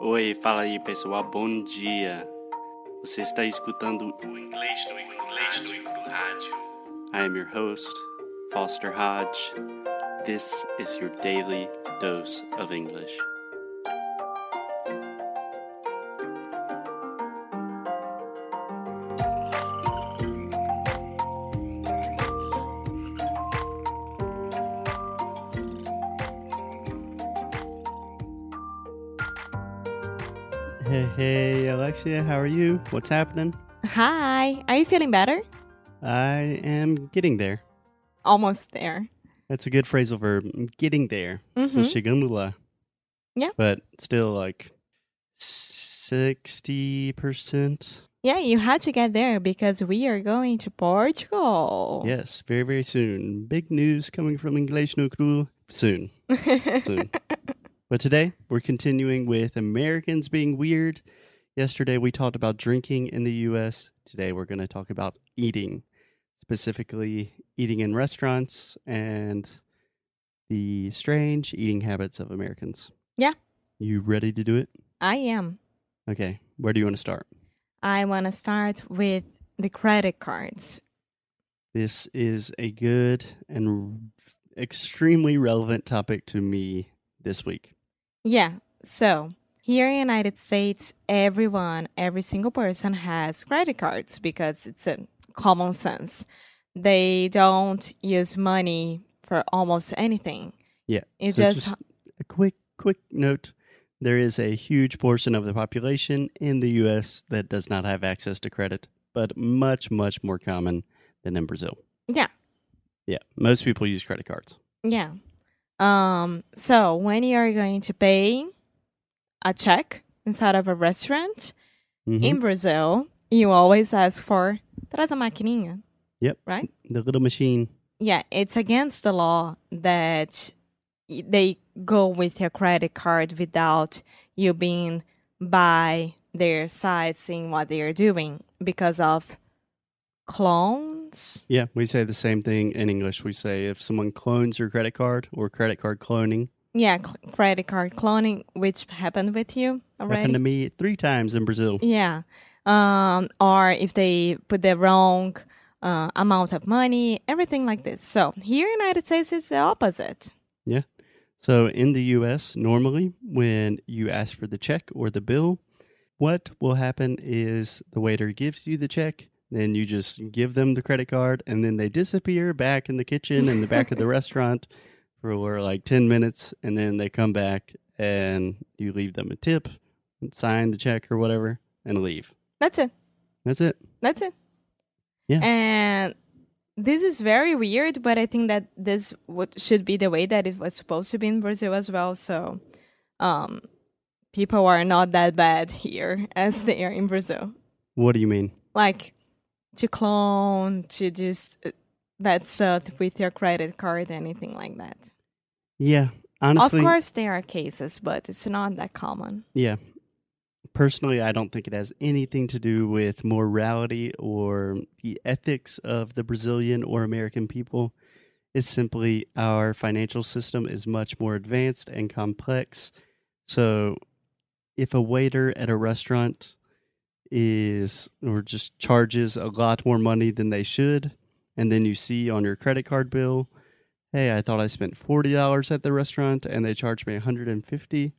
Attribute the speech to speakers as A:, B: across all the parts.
A: Oi, fala aí pessoal, bom dia. Você está escutando
B: O inglês no inglês do rádio.
A: I am your host, Foster Hodge. This is your daily dose of English. Hey, hey, Alexia, how are you? What's happening?
C: Hi, are you feeling better?
A: I am getting there.
C: Almost there.
A: That's a good phrasal verb. I'm getting there.
C: Mhm.
A: Tô chegando lá.
C: Yeah.
A: But still like 60%.
C: Yeah, you had to get there because we are going to Portugal.
A: Yes, very, very soon. Big news coming from Inglês no Cru soon. Soon. but today, we're continuing with Americans being weird. Yesterday, we talked about drinking in the U.S. Today, we're going to talk about eating, specifically eating in restaurants and the strange eating habits of Americans.
C: Yeah.
A: You ready to do it?
C: I am.
A: Okay. Where do you want to start?
C: I want to start with the credit cards.
A: This is a good and extremely relevant topic to me this week.
C: Yeah, so here in the United States, everyone, every single person has credit cards because it's a common sense. They don't use money for almost anything.
A: Yeah.
C: It
A: so
C: just-
A: a quick quick note. There is a huge portion of the population in the US that does not have access to credit, but much much more common than in Brazil.
C: Yeah.
A: Yeah, most people use credit cards.
C: Yeah. Um, so when you are going to pay a check inside of a restaurant
A: Mhm.
C: in Brazil, you always ask for traz a maquininha.
A: Yep.
C: Right?
A: The little machine.
C: Yeah, it's against the law that y- they go with your credit card without you being by their side seeing what they are doing because of clones.
A: Yeah, we say the same thing in English. We say if someone clones your credit card or credit card cloning
C: Yeah, cl- credit card cloning, which happened with you already.
A: happened to me 3 times in Brazil.
C: Yeah. Um, or if they put the wrong uh, amount of money, everything like this. So here in the United States, it's the opposite.
A: Yeah. So in the US, normally when you ask for the check or the bill, what will happen is the waiter gives you the check, then you just give them the credit card, and then they disappear back in the kitchen in the back of the restaurant for like 10 minutes, and then they come back and you leave them a tip, sign the check or whatever, and leave.
C: That's it.
A: That's it.
C: That's it.
A: Yeah.
C: And this is very weird, but I think that this would, should be the way that it was supposed to be in Brazil as well. So um, people are not that bad here as they are in Brazil.
A: What do you mean?
C: Like to clone, to just uh, bad stuff with your credit card, anything like that.
A: Yeah. Honestly,
C: of course, there are cases, but it's not that common.
A: Yeah. Personally, I don't think it has anything to do with morality or the ethics of the Brazilian or American people. It's simply our financial system is much more advanced and complex. So, if a waiter at a restaurant is or just charges a lot more money than they should, and then you see on your credit card bill, hey, I thought I spent $40 at the restaurant and they charged me 150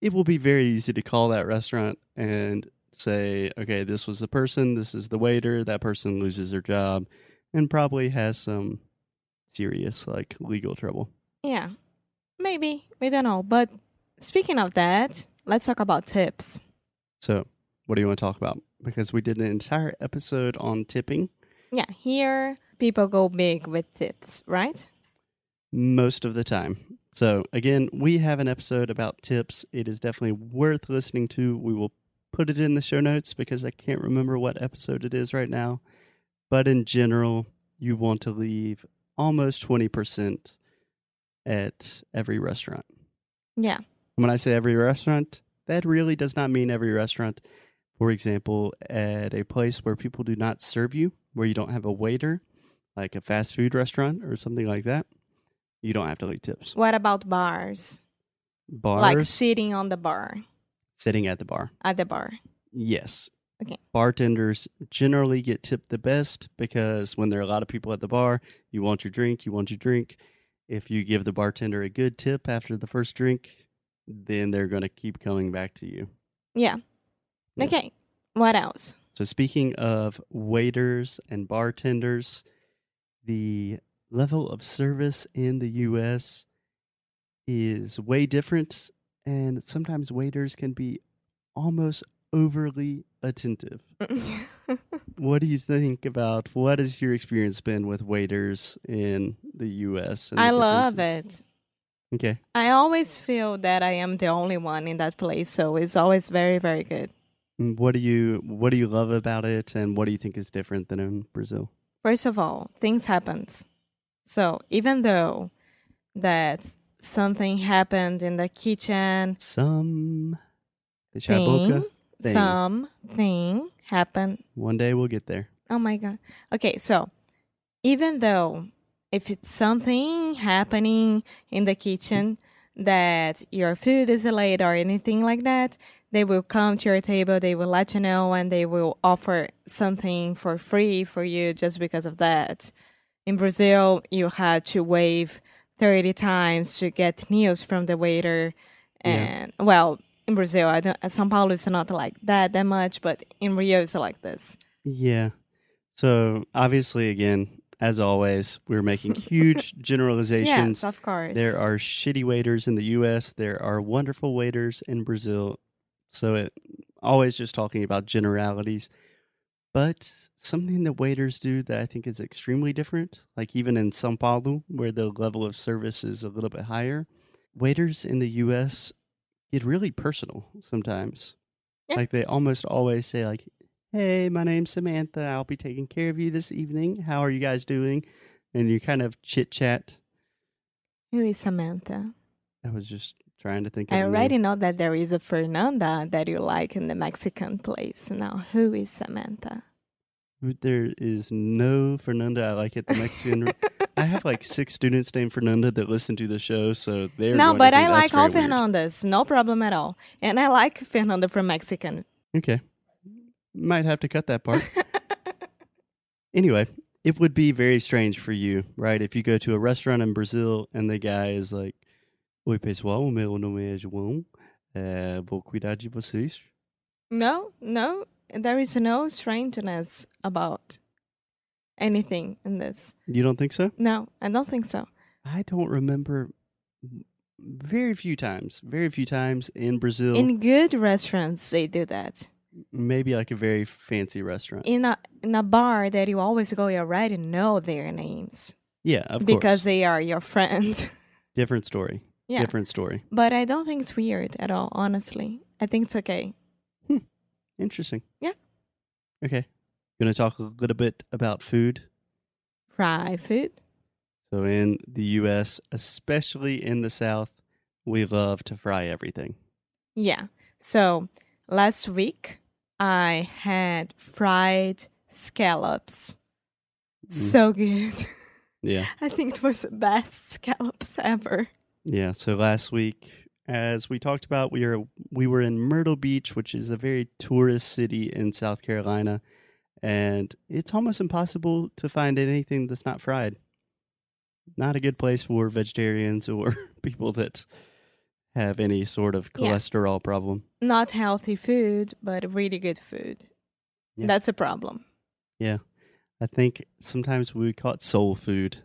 A: it will be very easy to call that restaurant and say, okay, this was the person, this is the waiter, that person loses their job and probably has some serious like legal trouble.
C: Yeah, maybe. We don't know. But speaking of that, let's talk about tips.
A: So, what do you want to talk about? Because we did an entire episode on tipping.
C: Yeah, here people go big with tips, right?
A: most of the time. So, again, we have an episode about tips. It is definitely worth listening to. We will put it in the show notes because I can't remember what episode it is right now. But in general, you want to leave almost 20% at every restaurant.
C: Yeah.
A: When I say every restaurant, that really does not mean every restaurant. For example, at a place where people do not serve you, where you don't have a waiter, like a fast food restaurant or something like that, you don't have to leave tips.
C: What about bars?
A: Bars,
C: Like sitting on the bar.
A: sitting at the bar.
C: at the bar.
A: Yes.
C: Okay.
A: Bartenders generally get tipped the best because when there are a lot of people at the bar, you want your drink, you want your drink. If you give the bartender a good tip after the first drink, then they're going to keep coming back to you.
C: Yeah.
A: Yeah.
C: Okay. What else?
A: So, speaking of waiters and bartenders, the level of service in the US is way different, and sometimes waiters can be almost overly attentive. What do you think about what has your experience been with waiters in the US? and the
C: I love
A: differences?
C: it.
A: Okay.
C: I always feel that I am the only one in that place, so it's always very, very good.
A: And What do you what do you love about it and what do you think is different than in Brazil?
C: First of all, things happens. So even though that something happened in the kitchen,
A: Some the
C: thing,
A: Chaboca. thing.
C: something happened.
A: One day we'll get there.
C: Oh my god. Okay, so even though if it's something happening in the kitchen that your food is late or anything like that, they will come to your table, they will let you know, and they will offer something for free for you just because of that. In Brazil, you had to wave 30 times to get meals from the waiter.
A: Yeah.
C: And well, in Brazil, I don't, São Paulo is not like that that much, but in Rio, it's like this.
A: Yeah. So obviously again, as always, we're making huge generalizations.
C: Yes, of course.
A: There are shitty waiters in the US. There are wonderful waiters in Brazil. So it always just talking about generalities. But something that waiters do that I think is extremely different, like even in Sao Paulo, where the level of service is a little bit higher, waiters in the US get really personal sometimes.
C: Yeah.
A: Like they almost always say, like, Hey, my name's Samantha. I'll be taking care of you this evening. How are you guys doing? And you kind of chit chat
C: Who is Samantha?
A: I was just trying to think. Of
C: I
A: a name.
C: already know that there is a Fernanda that you like in the Mexican place. Now, who is Samantha?
A: There is no Fernanda I like at the Mexican. I have like six students named Fernanda that listen to the show, so they're
C: no,
A: going to think
C: but I
A: that's
C: like all
A: very weird.
C: Fernandas. No problem at all. And I like Fernanda from Mexican.
A: Okay, might have to cut that part. anyway, it would be very strange for you, right? If you go to a restaurant in Brazil and the guy is like, "Oi pessoal, meu nome é João. Eh, vou cuidar de vocês."
C: no, no, there is no strangeness about anything in this.
A: You don't think so?
C: No, I don't think so.
A: I don't remember. Very few times, very few times in Brazil.
C: In good restaurants, they do that.
A: maybe like a very fancy restaurant.
C: In a in a bar that you always go, you already know their names.
A: yeah, of
C: because
A: course.
C: they are your friend.
A: different story.
C: yeah.
A: Different story.
C: But I don't think it's weird at all, honestly. I think it's okay.
A: Interesting.
C: Yeah.
A: Okay. Going to talk a little bit about food.
C: Fried food.
A: So in the U.S., especially in the South, we love to fry everything.
C: Yeah. So last week I had fried scallops.
A: Mm.
C: So good.
A: Yeah.
C: I think it was the best scallops ever.
A: Yeah. So last week, as we talked about, we are we were in Myrtle Beach, which is a very tourist city in South Carolina, and it's almost impossible to find anything that's not fried. Not a good place for vegetarians or people that have any sort of
C: Yeah.
A: cholesterol problem.
C: Not healthy food, but really good food.
A: Yeah.
C: That's a problem.
A: I think sometimes we would call it soul food.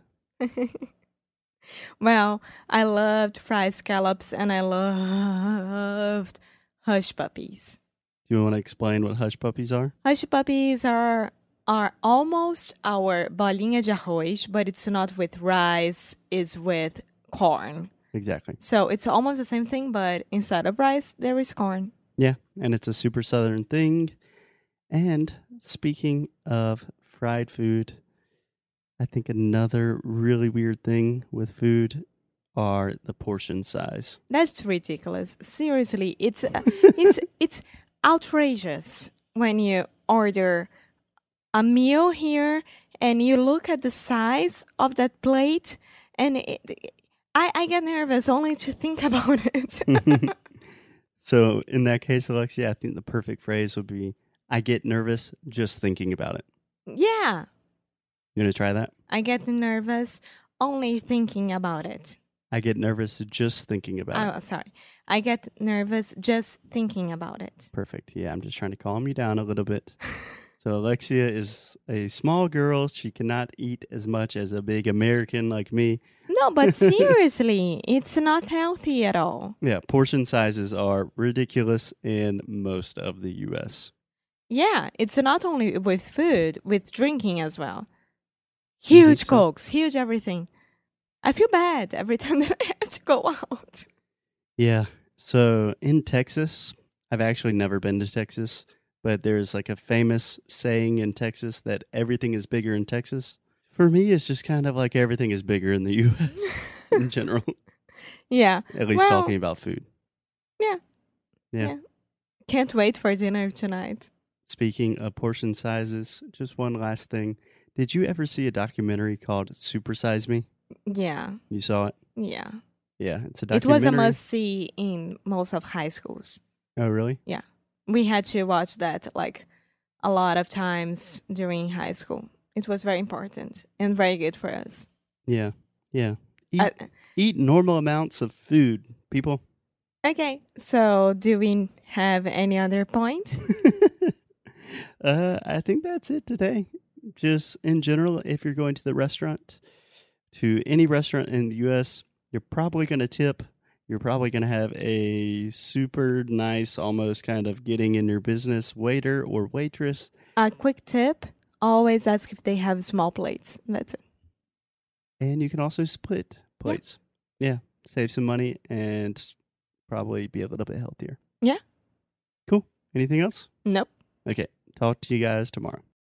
C: well, I loved fried scallops and I loved hush puppies.
A: Do you want to explain what hush puppies are?
C: Hush puppies are are almost our bolinha de arroz, but it's not with rice, it's with corn.
A: Exactly.
C: So it's almost the same thing, but instead of rice, there is corn.
A: Yeah, and it's a super southern thing. And speaking of fried food, I think another really weird thing with food are the portion size.
C: That's ridiculous. Seriously, it's it's it's outrageous when you order a meal here and you look at the size of that plate and it, I, I get nervous only to think about it.
A: So in that case, Alexia, I think the perfect phrase would be I get nervous just thinking about it.
C: Yeah,
A: You gonna try that?
C: I get nervous only thinking about it.
A: I get nervous just thinking about it.
C: Oh, sorry. I get nervous just thinking about it.
A: Perfect. Yeah, I'm just trying to calm you down a little bit. so Alexia is a small girl. She cannot eat as much as a big American like me.
C: No, but seriously, it's not healthy at all.
A: Yeah, portion sizes are ridiculous in most of the US.
C: Yeah, it's not only with food, with drinking as well. Huge
A: so?
C: cokes, huge everything. I feel bad every time that I have to go out.
A: Yeah. So in Texas, I've actually never been to Texas, but there's like a famous saying in Texas that everything is bigger in Texas. For me, it's just kind of like everything is bigger in the US in general,
C: Yeah,
A: at least
C: Well-
A: talking about food.
C: can't wait for dinner tonight.
A: Speaking of portion sizes, just one last thing. Did you ever see a documentary called Supersize Me?
C: Yeah,
A: You saw it?
C: yeah.
A: Yeah, it's a
C: It
A: documentary.
C: was a must see in most of high schools.
A: Oh, really?
C: We had to watch that like a lot of times during high school. It was very important and very good for us. Uh,
A: Yeah. Yeah. Eat,
C: I-
A: eat normal amounts of food, people.
C: Okay, so do we have any other point?
A: uh, I think that's it today. Just in general, if you're going to the restaurant, to any restaurant in the U.S., you're probably going to tip. You're probably going to have a super nice, almost kind of getting in your business waiter or waitress.
C: A quick tip always ask if they have small plates. That's it.
A: And you can also split plates. Yeah. Save some money and probably be a little bit healthier.
C: Yeah.
A: Cool. Anything else?
C: Nope.
A: Okay. Talk to you guys tomorrow.